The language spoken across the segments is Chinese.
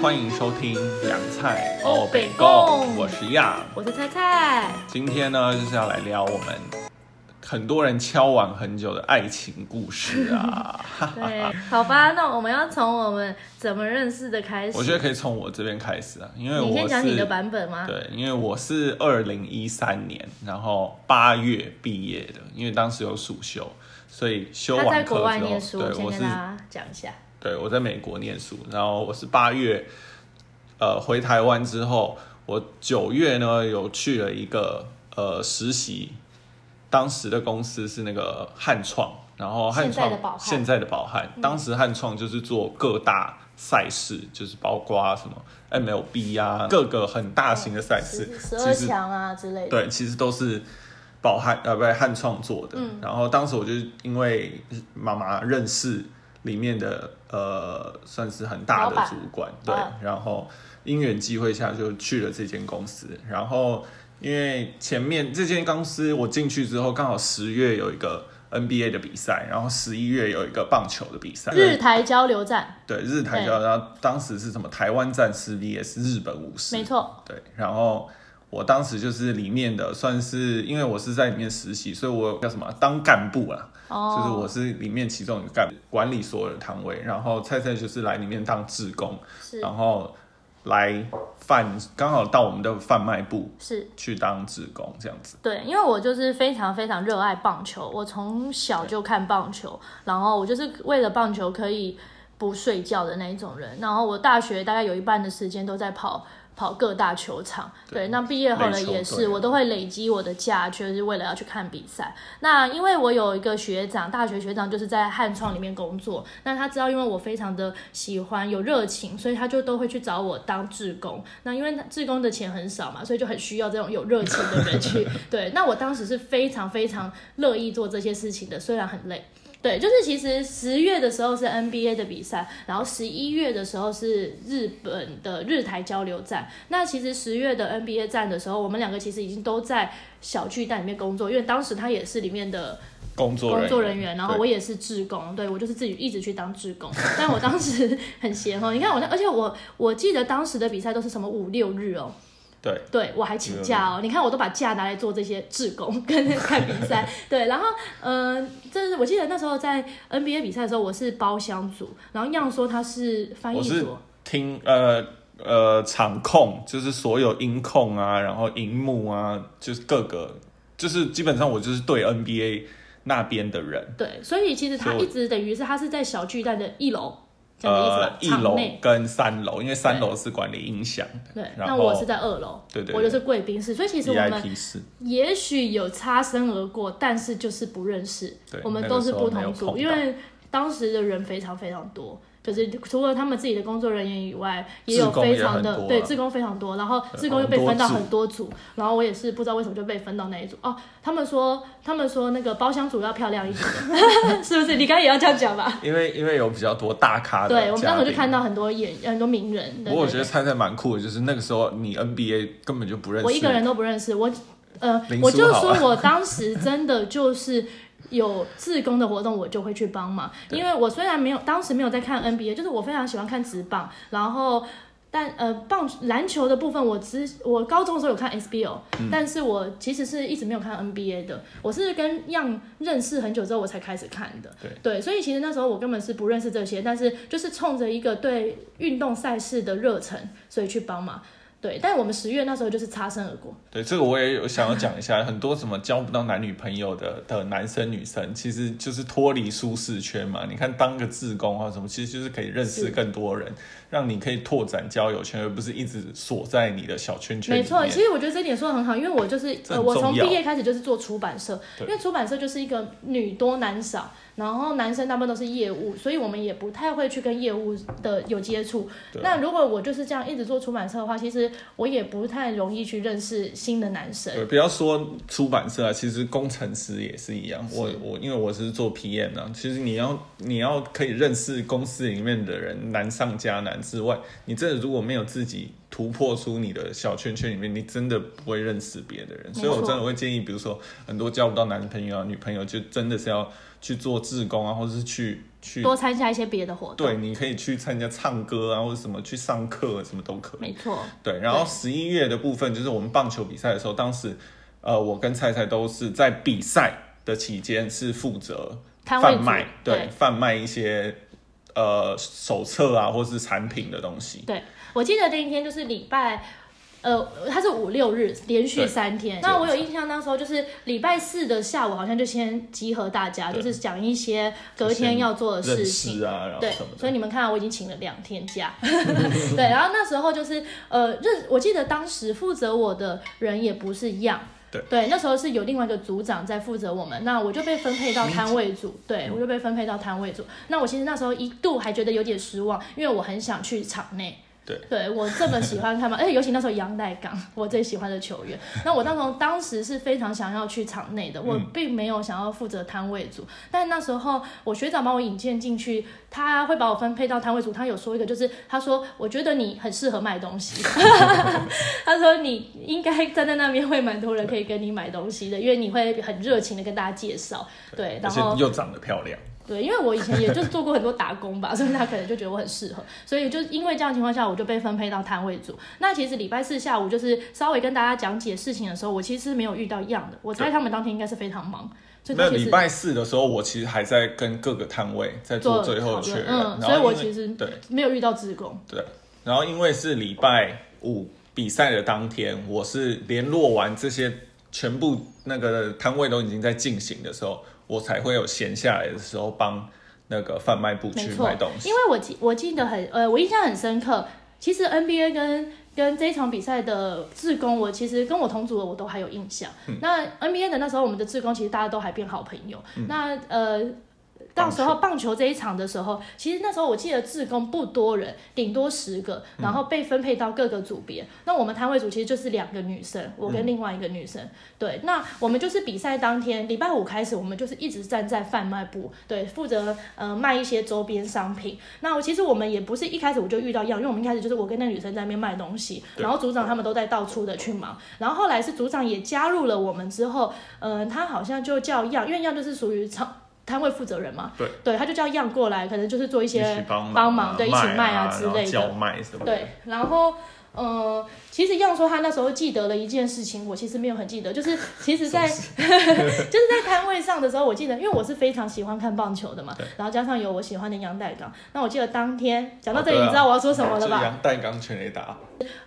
欢迎收听凉菜哦北贡贡我是亚。我是菜菜，今天呢，就是要来聊我们很多人敲碗很久的爱情故事 啊。对，好吧，那我们要从我们怎么认识的开始。我觉得可以从我这边开始啊，因为你我先是讲你的版本吗？对，因为我是二零一三年，然后八月毕业的，因为当时有暑修，所以修他在完课国外念之书，后，对，先我跟是大家讲一下。对，我在美国念书，然后我是八月，呃，回台湾之后，我九月呢有去了一个呃实习，当时的公司是那个汉创，然后汉现在创的宝汉现在的宝汉，当时汉创就是做各大赛事，就是包括什么 MLB 啊，各个很大型的赛事，嗯十其二实强啊之类的。对，其实都是宝汉呃，不是汉创做的。嗯然后当时我就因为妈妈认识里面的呃，算是很大的老板主管，对，嗯然后因缘机会下就去了这间公司，然后。因为前面这间公司我进去之后，刚好十月有一个 NBA 的比赛，然后十一月有一个棒球的比赛，日台交流站，对日台交流，然后当时是什么台湾战士 VS 日本武士，没错，对，然后我当时就是里面的，算是因为我是在里面实习，所以我叫什么啊当干部啦，哦就是我是里面其中一个干部，管理所有的摊位，然后菜菜就是来里面当志工，是然后来贩刚好到我们的贩卖部是。去当志工这样子，对，因为我就是非常非常热爱棒球，我从小就看棒球，然后我就是为了棒球可以不睡觉的那一种人。然后我大学大概有一半的时间都在跑跑各大球场，对，那毕业后垒了球也队是，啊我都会累积我的假，就是为了要去看比赛。那因为我有一个学长，大学学长就是在汉创里面工作，那他知道因为我非常的喜欢有热情，所以他就都会去找我当志工。那因为他志工的钱很少嘛，所以就很需要这种有热情的人去对。那我当时是非常非常乐意做这些事情的，虽然很累。对，就是其实十月的时候是 NBA 的比赛，然后十一月的时候是日本的日台交流站。那其实十月的 NBA 站的时候，我们两个其实已经都在小巨蛋里面工作，因为当时他也是里面的工作工作人人员，然后我也是志工，对我就是自己一直去当志工，但我当时 很邪哦，你看我那，而且我我记得当时的比赛都是什么五六日哦，对对我还请假哦，你看我都把假拿来做这些志工 跟看比 赛，对，然后呃，这是我记得那时候在 NBA 比赛的时候，我是包厢组，然后样说他是翻译我是组，听呃。呃，场控就是所有音控啊，然后荧幕啊，就是各个，就是基本上我就是对 NBA 那边的人，对，所以其实他所以我一直等于是他是在小巨蛋的一楼，这样的意思呃吧，，一场楼内。跟三楼，因为三楼是管理音响的，对，然那后我是在二楼，对对对我就是贵宾室，所以其实我们 VIP 室，也许有擦身而过，但是就是不认识对，我们那个都是时候不没有同碰组，到因为当时的人非常非常多。就是除了他们自己的工作人员以外，也有志工非也常很的多啊对志工非常多，然后对志工又很被多分到组很多组，然后我也是不知道为什么就被分到那一组哦。他们说他们说那个包厢组要漂亮一点， 是不是？你刚才也要这样讲吧？因为因为有比较多大咖的，对，我们当时就看。到很多演很多名人。不对过我对觉得猜猜蛮酷的，就是那个时候你 NBA 根本就不认识，我一个人都不认识。我呃林，我书就豪说啊我当时真的就是。有自工的活动，我就会去帮忙，因为我虽然没有当时没有在看 NBA，就是我非常喜欢看职棒，然后但呃棒篮球的部分，我之我高中的时候有看 SBO，、但哦嗯是我其实是一直没有看 NBA 的，我是跟样认识很久之后我才开始看的，对所以其实那时候我根本是不认识这些，但是就是冲着一个对运动赛事的热忱，所以去帮忙。对，但我们十月那时候就是擦身而过，对这个我也有想要讲一下， 很多什么交不到男女朋友的的男生女生，其实就是脱离舒适圈嘛。你看当个志工啊什么，其实就是可以认识是更多人，让你可以拓展交友圈，而不是一直锁在你的小圈圈里没面。错，其实我觉得这一点说的很好，因为我就是这呃，很我从重毕要业开始就是做出版社，因为出版社就是一个女多男少，然后男生大部分都是业务，所以我们也不太会去跟业务的有接触对。啊那如果我就是这样一直做出版社的话，其实我也不太容易去认识新的男生。对，不要说出版社啊，其实工程师也是一样。我我因为我是做 PM 啊，其实你要你要可以认识公司里面的人，难上加难之外，你真的如果没有自己突破出你的小圈圈里面，你真的不会认识别的人。错所以我真的会建议，比如说很多交不到男朋友啊、女朋友，就真的是要去做志工啊，或者是去去多参加一些别的活动。对，你可以去参加唱歌啊，或者什么去上课，啊什么都可以。没错，对，然后对十一月的部分就是我们棒球比赛的时候，当时呃，我跟菜菜都是在比赛的期间是负责摊位贩卖组，对对，贩卖一些呃手册啊或是产品的东西。对，我记得那一天就是礼拜，呃，它是五六日连续对三天。对那我有印象，那时候就是礼拜四的下午，好像就先集合大家，就对是讲一些隔就天先要做的事认情识。啊，然后对什么，所的，以你们看到我已经请了两 天假，对，然后那时候就是呃，认我记得当时负责我的人也不是样。对那时候是有另外一个组长在负责我们，那我就被分配到摊位嗯组，对我就被分配到摊位组。那我其实那时候一度还觉得有点失望，因为我很想去场内。对我这么喜欢看 嘛，而且尤其那时候杨代刚， 我最喜欢的球员。那我当时当时是非常想要去场内嗯的，我并没有想要负责摊位组。但那时候我学长把我引荐进去，他会把我分配到摊位组。他有说一个，就是他说我觉得你很适合卖 东西， 他说你应该站在那边会蛮多人可以跟你买东西的，因为你会很热情的跟大家介绍。对，而然且后又长得漂亮，对，因为我以前也就是做过很多打工吧，所 以他可能就觉得我很适合，所以就因为这样的情况下，我就被分配到摊位组。那其实礼拜四下午就是稍微跟大家讲解事情的时候，我其实是没有遇到一样的，我猜他们当天应该是非常忙，所以那他其礼实拜四的时候，我其实还在跟各个摊位在做最后的确认，嗯，然所以我因为其实对没有遇到职工，对，然后因为是礼拜五比赛的当天，我是联络完这些全部那个摊位都已经在进行的时候，我才会有闲下来的时候帮那个贩卖部没去错卖东，西因。为我记我记得很呃，我印象很深刻。其实 NBA 跟跟这一场比赛的志工，我其实跟我同组的我都还有印象。那 NBA 的那时候，我们的志工其实大家都还变好朋友。那呃。到时候棒球这一场的时候，其实那时候我记得志工不多人，顶多十个，然后被分配到各个组别。那我们摊位组其实就是两个女生，我跟另外一个女生。对，那我们就是比赛当天，礼拜五开始，我们就是一直站在贩卖部，对，负责呃卖一些周边商品。那我其实我们也不是一开始我就遇到一样，因为我们一开始就是我跟那女生在那边卖东西，对然后组长他们都在到处的去忙，然后后来是组长也加入了我们之后，嗯、他好像就叫样，因为样就是属于场摊位负责人嘛，对，对，他就叫样过来，可能就是做一一些起帮忙啊，帮忙对一起卖啊啊之类的然后叫卖什么的。对，然后。呃，其实样说他那时候记得了一件事情，我其实没有很记 得，就是其实在 就是在摊位上的时候，我记得，因为我是非常喜欢看棒球的嘛对，然后加上有我喜欢的杨代刚，那我记得当天讲到哦这里，对啊你知道我要说什么了就吧？杨蛋刚全垒打，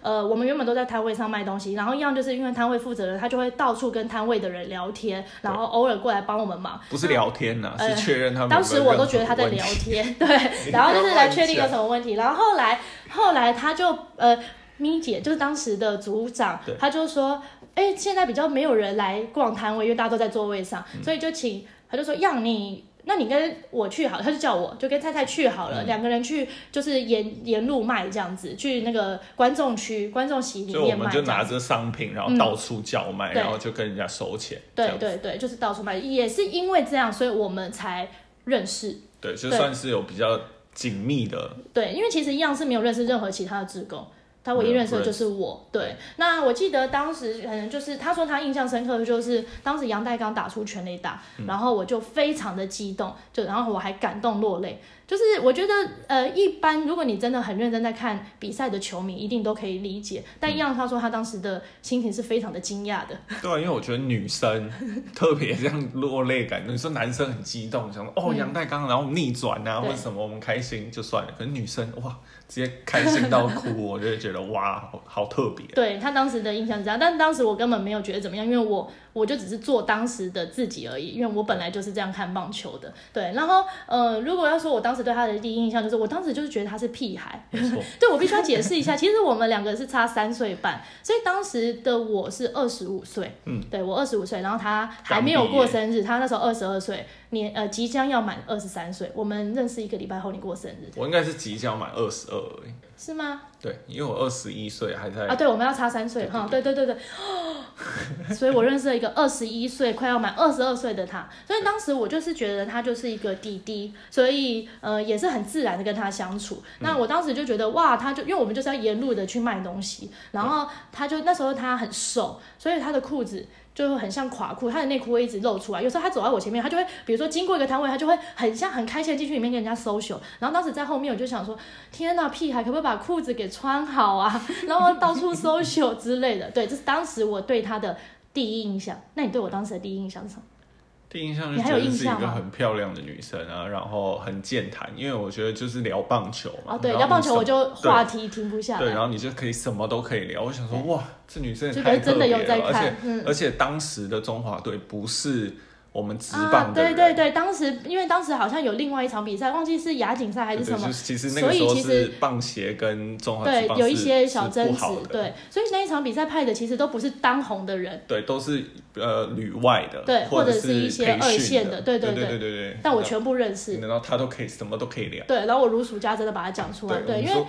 呃，我们原本都在摊位上卖东西，然后一样就是因为摊位负责人，他就会到处跟摊位的人聊天，然后偶尔过来帮我们忙。不是聊天呐、呃是确认他们有没有当时我都觉得任他何在问题 聊天，对，然后就是来确定有什么问题，然后后来后来他就呃，咪姐就是当时的组长对，他就说，哎，现在比较没有人来逛摊位，因为大家都在座位上，嗯所以就请他就说让你。那你跟我去好了，他就叫我就跟菜菜去好嗯了，两个人去就是沿沿路卖这样子，去那个观众区、观众席里所以我面们卖。就这样拿子。着商品，然后嗯到处叫卖，对然后就跟人家收钱。这对样对对，就是到处卖，也是因为这样，所以我们才认识。对，就对算是有比较紧密的对，因为其实一样是没有认识任何其他的职工。他唯没一有认识的不就认是我，对。那我记得当时可能就是他说他印象深刻的就是当时杨代刚打出全垒打，嗯然后我就非常的激动，就然后我还感动落泪。就是我觉得呃，一般如果你真的很认真在看比赛的球迷，一定都可以理解。但一样他说他当时的心情是非常的惊讶的，对啊，因为我觉得女 生特别这样落泪感，你说男生很激动，想说哦杨代刚，然后逆转啊或嗯对者什么，我们开心就算了。可是女生哇，直接开心到哭，我就会觉得哇，好好特别。对他当时的印象是这样，但当时我根本没有觉得怎么样，因为我我就只是做当时的自己而已，因为我本来就是这样看棒球的。对，然后呃，如果要说我当时对他的第一印象，就是我当时就是觉得他是屁孩。 没错，对我必须要解释一下，其实我们两个是差三岁半，所以当时的我是二十五岁，嗯，对我二十五岁，然后他还刚没有毕过业生日，他那时候二十二岁，年呃即将要满二十三岁，我们认识一个礼拜后你过生日我应该是即将满二十二而已，是吗？对，因为我二十一岁还在啊，对，我们要差三岁哈，对对对对，哦所以我认识了一个二十一岁快要满二十二岁的他，所以当时我就是觉得他就是一个弟弟，所以呃也是很自然的跟他相处。那我当时就觉得哇，他就因为我们就是要沿路的去卖东西，然后他就那时候他很瘦，所以他的裤子。就很像垮裤，他的内裤会一直露出来。有时候他走在我前面，他就会，比如说经过一个摊位，他就会很像很开心的进去里面跟人家 social。然后当时在后面我就想说，天呐，屁孩可不可以把裤子给穿好啊？ 然后到处 social 之类的。对，这是当时我对他的第一印象。那你对我当时的第一印象是什么？第一印象你就还觉有得是印一象哦个吗很漂亮的女生啊，然后很健谈，因为我觉得就是聊棒球嘛。哦，对，然后聊棒你球我什么就话题停不嗯下对，来然。后你就可以什么都可以聊。我想说，哇，这女生也就太觉得真特的别有在了，而且看、嗯而且当时的中华队不是我们职啊棒，的对人，对对，当时因为当时好像有另外一场比赛，忘记是亚锦赛还是什对么就，其实那个所以时候其是实棒协跟中华对职棒，有是一些小是争不执好，的，对，所以那一场比赛派的其实都不是当红的人，对，都是呃旅外的，对或或者是一些培二训线的的，对对对对对对对。但我然后全部认识。然后他都可以什么都可以聊，对，然后我如数家珍的把它讲出来，对，我因说为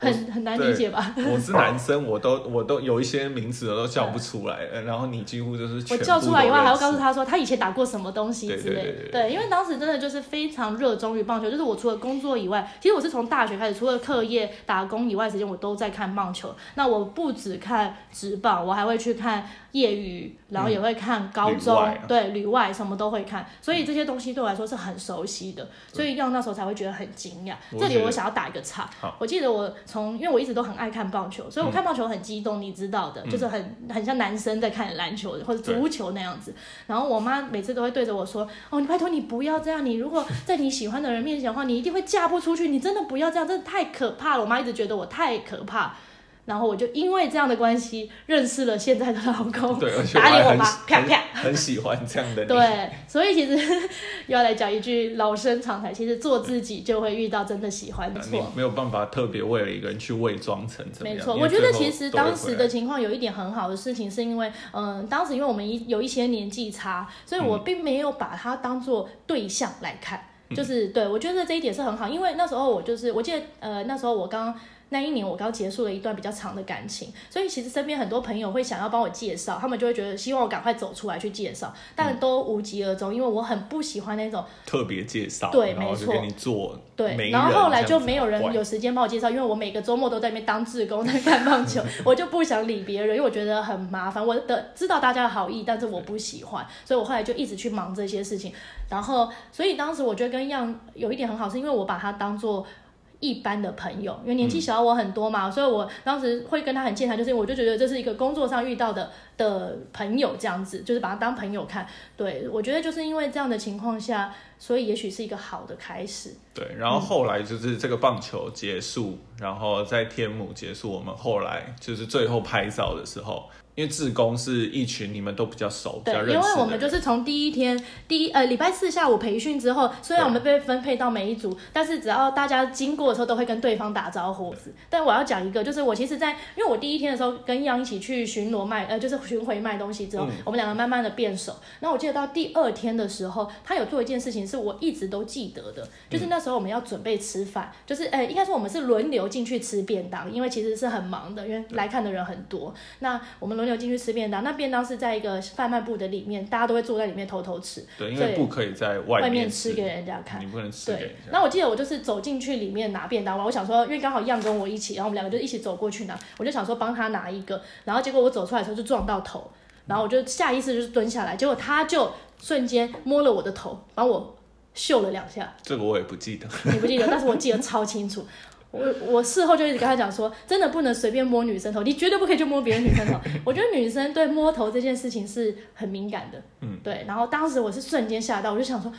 很很难理对解吧？我是男生，我都我都有一些名字我都叫不出来，呃然后你几乎就是我全部叫出来以都外，还要认识告诉他说他以前打过什么东西之对类的。对对对因为当时真的就是非常热衷于棒球，就是我除了工作以外，其实我是从大学开始，除了课业、打工以外，时间我都在看棒球。那我不只看职棒，我还会去看业余，然后也会看高嗯旅中，外啊嗯对，旅外什么都会看，所以这些东西对我来说是很熟悉的，所以让那时候才会觉得很惊讶。我这里觉我得想要打一个岔好，嗯我记得我从因为我一直都很爱看棒球，所以我看棒球很激动，你知道的，就是很很像男生在看篮球或者对足球那样子。然后我妈每次都会对着我说：“哦，你拜托你不要这样，你如果在你喜欢的人面前的话，你一定会嫁不出去，你真的不要这样，真的太可怕了。”我妈一直觉得我太可怕。然后我就因为这样的关系，认识了现在的老公，对，而且打还脸我很妈，啪很啪。很喜欢这 样的你，对，所以其实又要来讲一句老生常谈，其实做自己就会遇到真的喜欢的你错。没有办法特别为了一个人去伪装成怎么没样。错，因我为觉得最后其实都会当回时来的情况有一点很好的事情，是因为，嗯、当时因为我们一有一些年纪差，所以我并没有把它当做对象来看，嗯就是对我觉得这一点是很好，因为那时候我就是我记得，呃，那时候我刚那一年我刚结束了一段比较长的感情，所以其实身边很多朋友会想要帮我介绍，他们就会觉得希望我赶快走出来去介绍，但都无疾而终，因为我很不喜欢那种特别介绍，对然后没就错给你做对，媒然后人后来这就样子没有人怪有时间帮我介绍，因为我每个周末都在那边当志工在看棒 球，我就不想理别人，因为我觉得很麻烦。我的知道大家的好意，但是我不喜欢，所以我后来就一直去忙这些事情。然后，所以当时我觉得跟样有一点很好，是因为我把他当做。一般的朋友，因为嗯年纪小我很多嘛，所以我当时会跟他很健谈，就是因为我就觉得这是一个工作上遇到的的朋友这样子，就是把他当朋友看。对我觉得就是因为这样的情况下，所以也许是一个好的开始。对，然嗯后后来就是这个棒球结束，然后在天母结束，我们后来就是最后拍照的时候，因为志工是一群你们都比较熟、比对较，认识因的为人，我们就是从第一天第一呃礼拜四下午培训之后，虽然我们被分配到每一组，但是只要大家经过的时候都会跟对方打招呼。但我要讲一个，就是我其实在，因为我第一天的时候跟央一起去巡逻卖呃就是巡回卖东西嗯之后，我们两个慢慢的变熟。然后我记得到第二天的时候，他有做一件事情是我一直都记得嗯的，就是那时候我们要准备吃饭，就是呃应该说我们是轮流进去吃便当，因为其实是很忙的，因为来看的人很多。那我们轮流进去吃便当，那便当是在一个贩卖部的里面，大家都会坐在里面偷偷吃，对，因为不可以在外外面吃吃给人家看你。不能吃给对人，家。那我记得我就是走进去里面拿便当嘛，我想说，因为刚好样跟我一起，然后我们两个就一起走过去拿，我就想说帮他拿一个，然后结果我走出来的时候就撞到头，然后我就下意识就是蹲下来，结果他就瞬间摸了我的头，帮我嗅了两下，这个我也不记得，你不记得，但是我记得超清楚。我我事后就一直跟他讲说，真的不能随便摸女生头，你绝对不可以去摸别人女生头。我觉得女生对摸头这件事情是很敏感的，嗯，对。然后当时我是瞬间吓到，我就想说，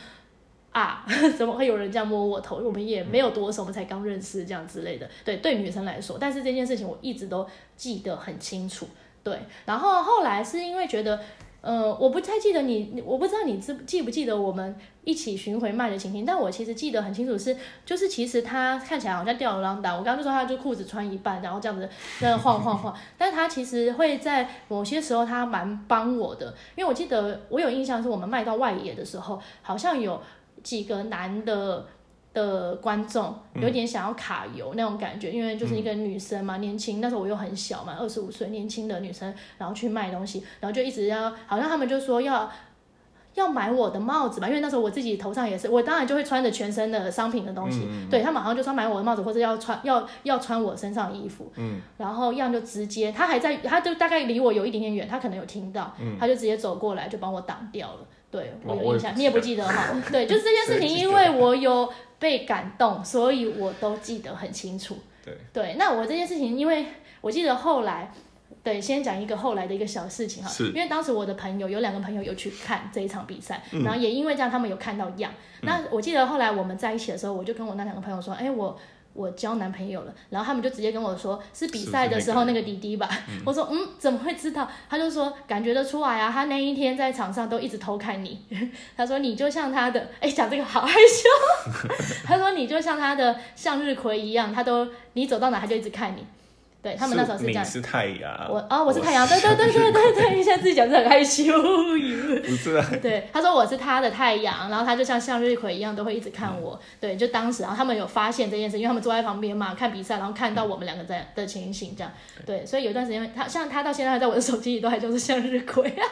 啊， 怎么会有人这样摸我头？我们也没有多熟，我们才刚认识这样之类的。对，对女生来说，但是这件事情我一直都记得很清楚。对，然后后来是因为觉得，呃，我不太记得你，你我不知道你记记不记得我们一起巡回卖的情形，但我其实记得很清楚是，就是其实他看起来好像吊儿郎当，我刚刚就说他就裤子穿一半，然后这样子那晃晃 晃，但他其实会在某些时候他蛮帮我的，因为我记得我有印象是我们卖到外野的时候，好像有几个男的。的观众，嗯有点想要卡油那种感觉，因为就是一个女生嘛，年轻，那时候我又很小嘛，二十五岁，年轻的女生，然后去卖东西，然后就一直要，好像他们就说要。要买我的帽子吧，因为那时候我自己头上也是，我当然就会穿着全身的商品的嗯东西。对他们好像就说买我的帽子，或者要穿要要穿我身上的衣服。嗯，然后样就直接，他还在，他就大概离我有一点点远，他可能有听到，他就直接走过来就帮我挡掉了。对哦我嗯我有也印不象，记你也不得记得哈？对，就是这件事谁情，记因得为我有被感动，所以我都记得很清楚。对，对，那我这件事情，因为我记得后来，对，先讲一个后来的一个小事情哈，是因为当时我的朋友有两个朋友有去看这一场比赛，嗯然后也因为这样他们有看到样。那我记得后来我们在一起的时候，我就跟我那两个朋友说，哎、我。我交男朋友了，然后他们就直接跟我说是比赛的时候是不那是那个个弟弟吧。我说嗯，怎么会知道？他就说感觉得出来啊，他那一天在场上都一直偷看你。 他说你就像他的，哎，讲这个好害羞。 他说你就像他的向日葵一样，他都你走到哪他就一直看你。对他们那时候是这样你。是太阳，我哦，我是太阳，对对对对对 对，现在自己讲是很害羞。不是啊， 对，他说我是他的太阳，然后他就像向日葵一样，都会一直看我。对，就当时，然后他们有发现这件事，因为他们坐在旁边嘛，看比赛，然后看到我们两个在的情形这样。对，所以有一段时间，他像他到现在还在我的手机里都还叫做向日葵啊，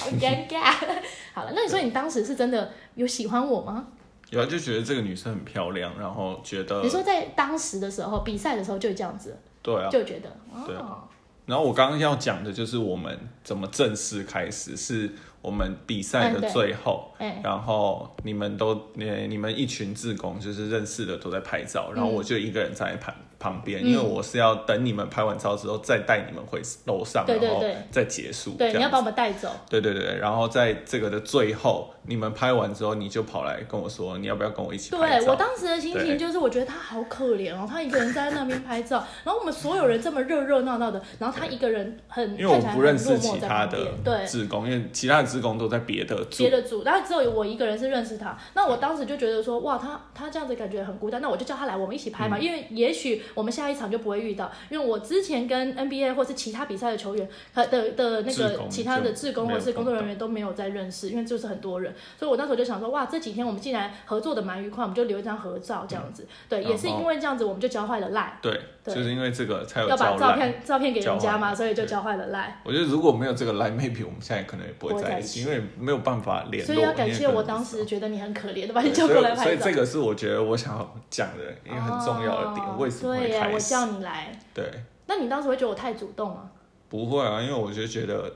好尴尬。 好了，那你说你当时是真的有喜欢我吗？有啊，就觉得这个女生很漂亮，然后觉得你说在当时的时候，比赛的时候就这样子，呃对啊。就觉得对啊哦，然后我刚刚要讲的就是我们怎么正式开始，是我们比赛嗯的对最后，哎，然后你们都你你们一群志工就是认识的都在拍照，然后我就一个人在旁旁边，嗯因为我是要等你们拍完照之后再带你们回楼上，对对然后对再结束。对，这你要样把子我们带走，对对对，对然后在这个的最后，你们拍完之后，你就跑来跟我说，你要不要跟我一起拍对照？我当时的心情对就是，我觉得他好可怜哦，他一个人在那边拍照，然后我们所有人这么热热闹闹的，然后他一个人很因为我看起来不很认落识其寞在他旁的边，对。志工，因为其他的志工都在别的组别，的组，然后只有我一个人是认识他。那我当时就觉得说，哇，他他这样子感觉很孤单，那我就叫他来，我们一起拍嗯嘛。因为也许我们下一场就不会遇到，因为我之前跟 NBA 或是其他比赛的球员和的的那志个工其他的就志工没有或是碰工作到人员都没有在认识，因为就是很多人，所以我那时候就想说，哇，这几天我们竟然合作的蛮愉快，我们就留一张合照这样子。对，嗯然后也是因为这样子，我们就交换了赖，对，对就是因为这个才有要把交照赖。片照片给人交家换嘛，所以就对交换了赖。我觉得如果没有这个赖 maybe 我们现在可能也不不会会在在一一起，因为没有办法联络。所以要感因为谢可能我不当熟时觉得你很可怜的把对你叫过来所拍以所以照这。个是我觉得我想要讲的一个很重要的点，哦为什么会对耶开我始？叫你来，对，那你当时会觉得我太主动了？不会啊，因为我就觉得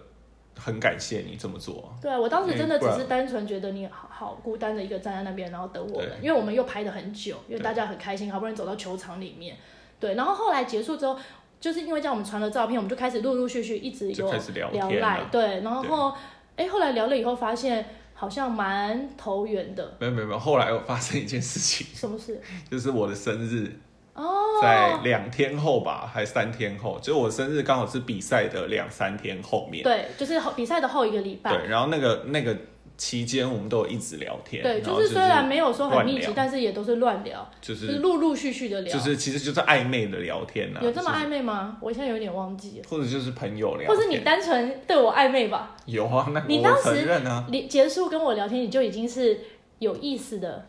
很感谢你这么做。对啊，我当时真的嗯不只然是单纯觉得你好好孤单的一个站在那边，然后等我们对，因为我们又拍的很久，因为对大家很开心，好不容易走到球场里面，对，然后后来结束之后。就是因为这样，我们传了照片，我们就开始陆陆续续一直就有开始聊聊天赖了，对，然后哎，后来聊了以后发现好像蛮投缘的，没有没有没有，后来我发生一件事情， 什么事？就是我的生日哦，在两天后吧，还三天后，就是我生日刚好是比赛的两三天后面。对，就是后比赛的后一个礼拜，对，然后那个那个期间，我们都有一直聊天。对，然就后就是虽然没有说很密乱集聊，但是也都是乱聊，就就是是陆陆续续的聊，就是其实就是暧昧的聊天啊，有这么就是暧昧吗？我现在有点忘记了，或者就是朋友聊天，或是你单纯对我暧昧吧？有啊，那你我当时承认啊，你结束跟我聊天，你就已经是有意思的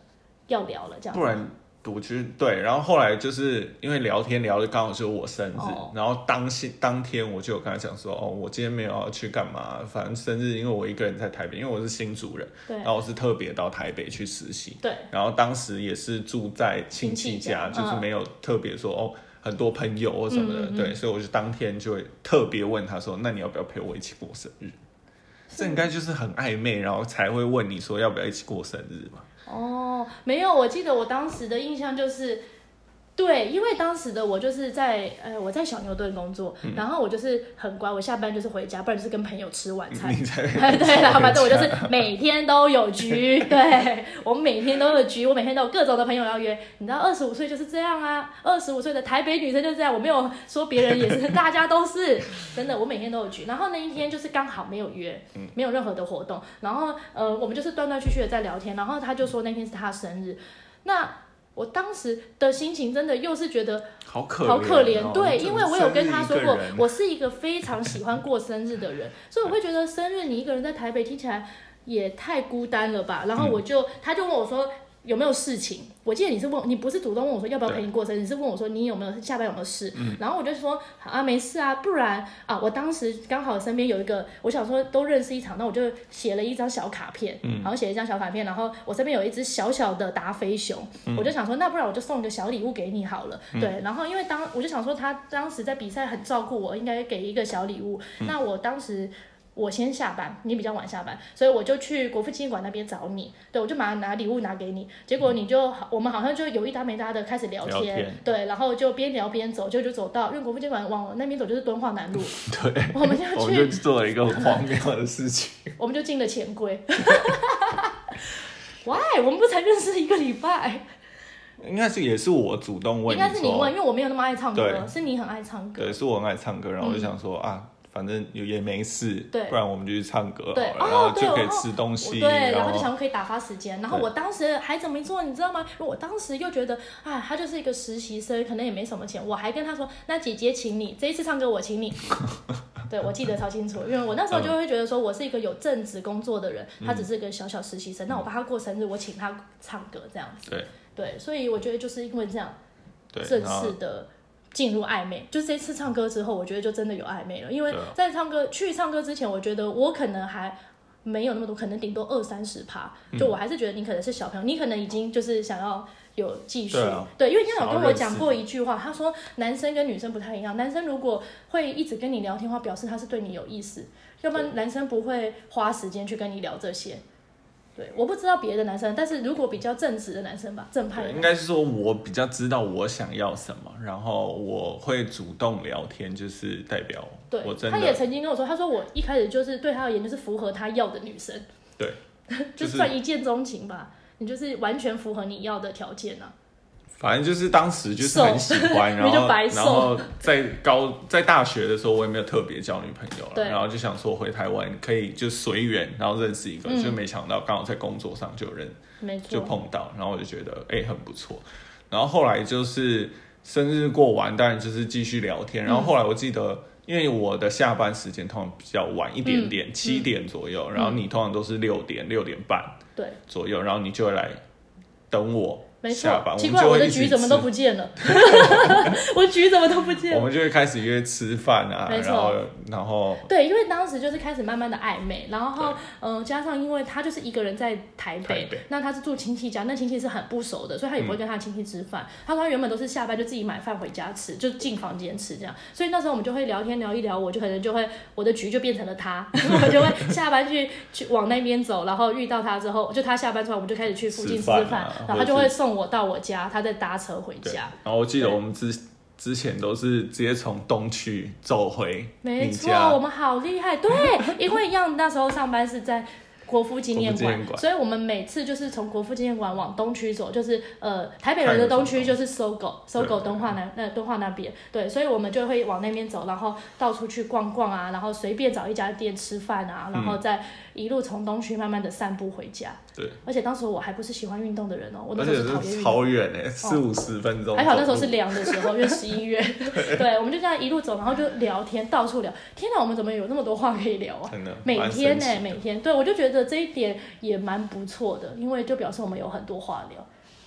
要聊了，这样不然我觉得对。然后后来就是因为聊天聊的刚好就是我生日，哦然后当天当天我就有跟他讲说，哦，我今天没有要去干嘛，反正生日因为我一个人在台北，因为我是新主人，对然后我是特别到台北去实习，对然后当时也是住在亲戚家，亲戚就家嗯是没有特别说、哦。很多朋友或什么的，嗯嗯嗯对，所以我就当天就会特别问他说：“那你要不要陪我一起过生日？”这应该就是很暧昧，然后才会问你说要不要一起过生日嘛？哦，没有，我记得我当时的印象就是。对，因为当时的我就是在呃，我在小牛顿工作，嗯然后我就是很乖，我下班就是回家，不然就是跟朋友吃晚餐。 你才 对啦，反正我就是每天都有局，对我每天都有局，我每天都有各种的朋友要约。你知道，二十五岁就是这样啊，二十五岁的台北女生就是这样，我没有说别人也是，大家都是 真的，我每天都有局。然后那一天就是刚好没有约，没有任何的活动，然后呃，我们就是断断续续的在聊天，然后他就说那天是他生日，那。我当时的心情真的又是觉得好可好可怜，哦你对，因怎为么我有生跟日他一说个过，人我是一个非常喜欢过生日的人，所以我会觉得嗯生日你一个人在台北听起来也太孤单了吧。然后我就，他就问我说。有没有事情？我记得你是问，你不是主动问我说要不要陪你过生日，你是问我说你有没有下班有没有事？然后我就说啊没事啊，不然啊，我当时刚好身边有一个，我想说都认识一场，那我就写了一张小卡片，然后写了一张小卡片，然后我身边有一只小小的达菲熊，我就想说那不然我就送一个小礼物给你好了，对。然后因为当我就想说他当时在比赛很照顾我，应该给一个小礼物。那我当时我先下班，你比较晚下班，所以我就去国父纪念馆那边找你。对，我就马上拿礼物拿给你，结果你就、我们好像就有一搭没搭的开始聊天，聊天对，然后就边聊边走，就就走到，因为国父纪念馆往那边走就是敦化 南路， 对，我们就我们去就做了一个很荒谬的事情。我们就进了钱柜。Why？我们不才认识一个礼拜，应该是也是我主动问应该是你说问，因为我没有那么爱唱歌，对是你很爱唱歌。嗯对，是我很爱唱歌，然后我就想说、啊，反正也也没事，对不然我们就去唱歌好对了，哦然后对就可以然后吃东我西，对，然后就想可以打发时间。然后对我当时还怎么做，你知道吗？我当时又觉得，哎，他就是一个实习生，可能也没什么钱。我还跟他说，那姐姐请你，这一次唱歌我请你。 对，我记得超清楚，因为我那时候就会觉得说，我是一个有正职工作的人，他只是个小小实习生。那我帮他过生日，我请他唱歌这样子。对对，所以我觉得就是因为这样对，正然后式的进入暧昧。就这次唱歌之后，我觉得就真的有暧昧了，因为对啊在唱歌去唱歌之前，我觉得我可能还。没有那么多，可能顶多二三十趴。就嗯我还是觉得你可能是小朋友，你可能已经就是想要有继续对啊对，因为家长想跟要我认识讲过一句话，他说男生跟女生不太一样，男生如果会一直跟你聊天的话，表示他是对你有意思，要不然男生不会花时间去跟你聊这些。对，我不知道别的男生，但是如果比较正直的男生吧，正派对，的男应生该是说我比较知道我想要什么，然后我会主动聊天，就是代表对我，真他也的曾经跟我说，他说我一开始就是对他而言就是符合他要的女生，对，就就是是算一见钟情吧，你就是完全符合你要的条件啊。反正就是当时就是很喜 欢，瘦然你就后白然瘦后在高在大学的时候，我也没有特别交女朋友对了，然后就想说回台湾可以就随缘，然后认识一个，嗯就没想到刚好在工作上就认没就错，碰到，然后我就觉得哎、很不错，然后后来就是生日过完，当然就是继续聊嗯天，然后后来我记得。因为我的下班时间通常比较晚一点嗯点，七、点左右，然后你通常都是六点六点半对，左右，然后你就会来等我没下错班，。奇我们怪，就我会的一起局怎么都吃不见了， 我局怎么都不见我了。们就会开始约吃饭啊，没错然后然后对，因为当时就是开始慢慢的暧昧，然后嗯、呃加上因为他就是一个人在台北，台北那他是住亲戚家，那亲戚是很不熟的，所以他也不会跟他亲戚吃饭。他说他原本都是下班就自己买饭回家吃，就进房间吃这样。所以那时候我们就会聊天聊一聊，我就可能就会我的局就变成了他，我就会下班去去往那边走，然后遇到他之后，就他下班之后我们就开始去附近吃吃饭啊或饭，然者后他就是会送我到我家，他再搭车回对，家然。后我记得对我们之之前都是直接从东区走回没你错，家，我们好厉 害。对，因为一样那时候上班是在国父纪国念父纪馆念，馆所以我们每次就是从国父纪念馆往东区走，就是呃台北人看有什的么东区就是搜狗，搜狗敦化南呃敦化那边，对，所以我们就会往那边走，然后到处去逛逛啊，然后随便找一家店吃饭嗯啊，然后再一路从东区慢慢的散步回家。对，而且当时我还不是喜欢运动的人哦，我那而时候是讨且厌是运动。哦超远诶，四五十分钟走路，还好那时候是凉的时候，因为十 一月，对，我们就这样一路走，然后就聊天，到处聊。天哪，我们怎么有那么多话可以聊啊？真的每蛮天神呢、奇的每天，对我就觉得这一点也蛮不错的，因为就表示我们有很多话聊，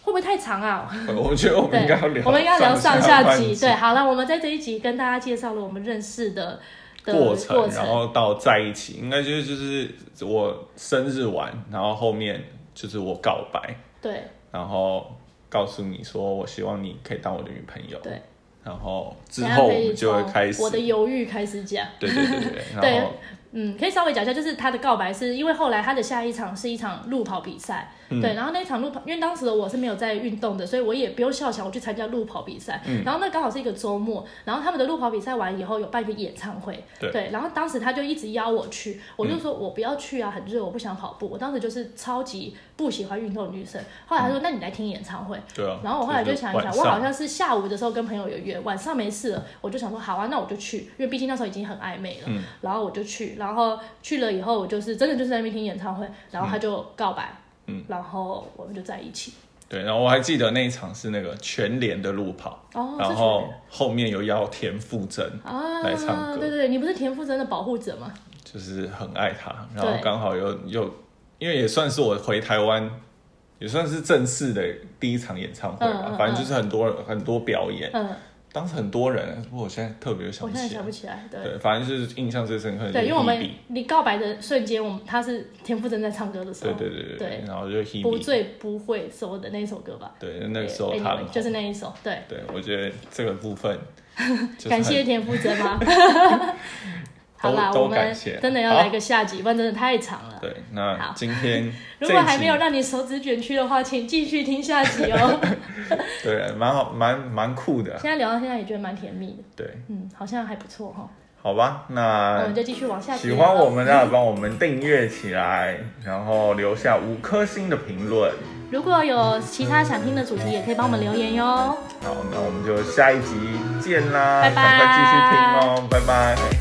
会不会太长啊？ 我觉得我们对应该要聊，，我们应该聊上下下半集。对，好了，我们在这一集跟大家介绍了我们认识的的过程，程，然后到在一起，应该就是就是我生日完，然后后面就是我告白，对然后告诉你说我希望你可以当我的女朋友，对，然后之等一下后我可以们就会从开始，我的犹豫开始讲。对对对对，对然后嗯，可以稍微讲一下，就是他的告白是因为后来他的下一场是一场路跑比赛，对，然后那一场路跑，因为当时的我是没有在运动的，所以我也不用笑想我去参加路跑比赛，然后那刚好是一个周末，然后他们的路跑比赛完以后有办一个演唱会，对然后当时他就一直邀我去，我就说我不要去啊，很热，我不想跑步，我当时就是超级不喜欢运动的女生，后来他说、那你来听演唱会，对啊，然后我后来就想一想，晚我好上像是下午的时候跟朋友有约，晚上没事了，我就想说好啊，那我就去，因为毕竟那时候已经很暧昧了。嗯然后我就去，然后去了以后，我就是真的就是在那边听演唱会，然后他就告白，嗯然后我们就在一起。对，然后我还记得那一场是那个全联的路跑，哦，然这后后面有邀田馥甄，来是唱啊，歌对对对，你不是田馥甄的保护者吗？就是很爱她，然后对刚好又又因为也算是我回台湾也算是正式的第一场演唱会吧，嗯嗯嗯反正就是很多人很多表演，嗯，当时很多人，不过我现在特别想我不现在起想来不。起来，对。对，反正就是印象最深刻的就是对，因为我 Hebe 们你告白的瞬间，我们他是田馥甄在唱歌的时候，对对对哦对然后就是 Hebe，不醉不会说的那首歌吧？对，那个时候对他 anyway，们就是那一首，对，对，我觉得这个部 分就是感很谢田馥甄 吗？好啦，都我感们谢真的要来个下集，不然真的太长了。对。那好今天如果这一还集没有让你手指卷曲的话，请继续听下集哦。 对，蛮好，蛮蛮酷的，啊现在聊到现在也觉得蛮甜蜜的，对，嗯，好像还不错哈。好吧，那我那们就继续往下集哎喜聊欢咯我们的帮我们订阅起来，然后留下五颗星的评论。如果有其他想听的主题，也可以帮我们留言哟。好，那我们就下一集见啦，拜拜赶快继续听哦，拜拜。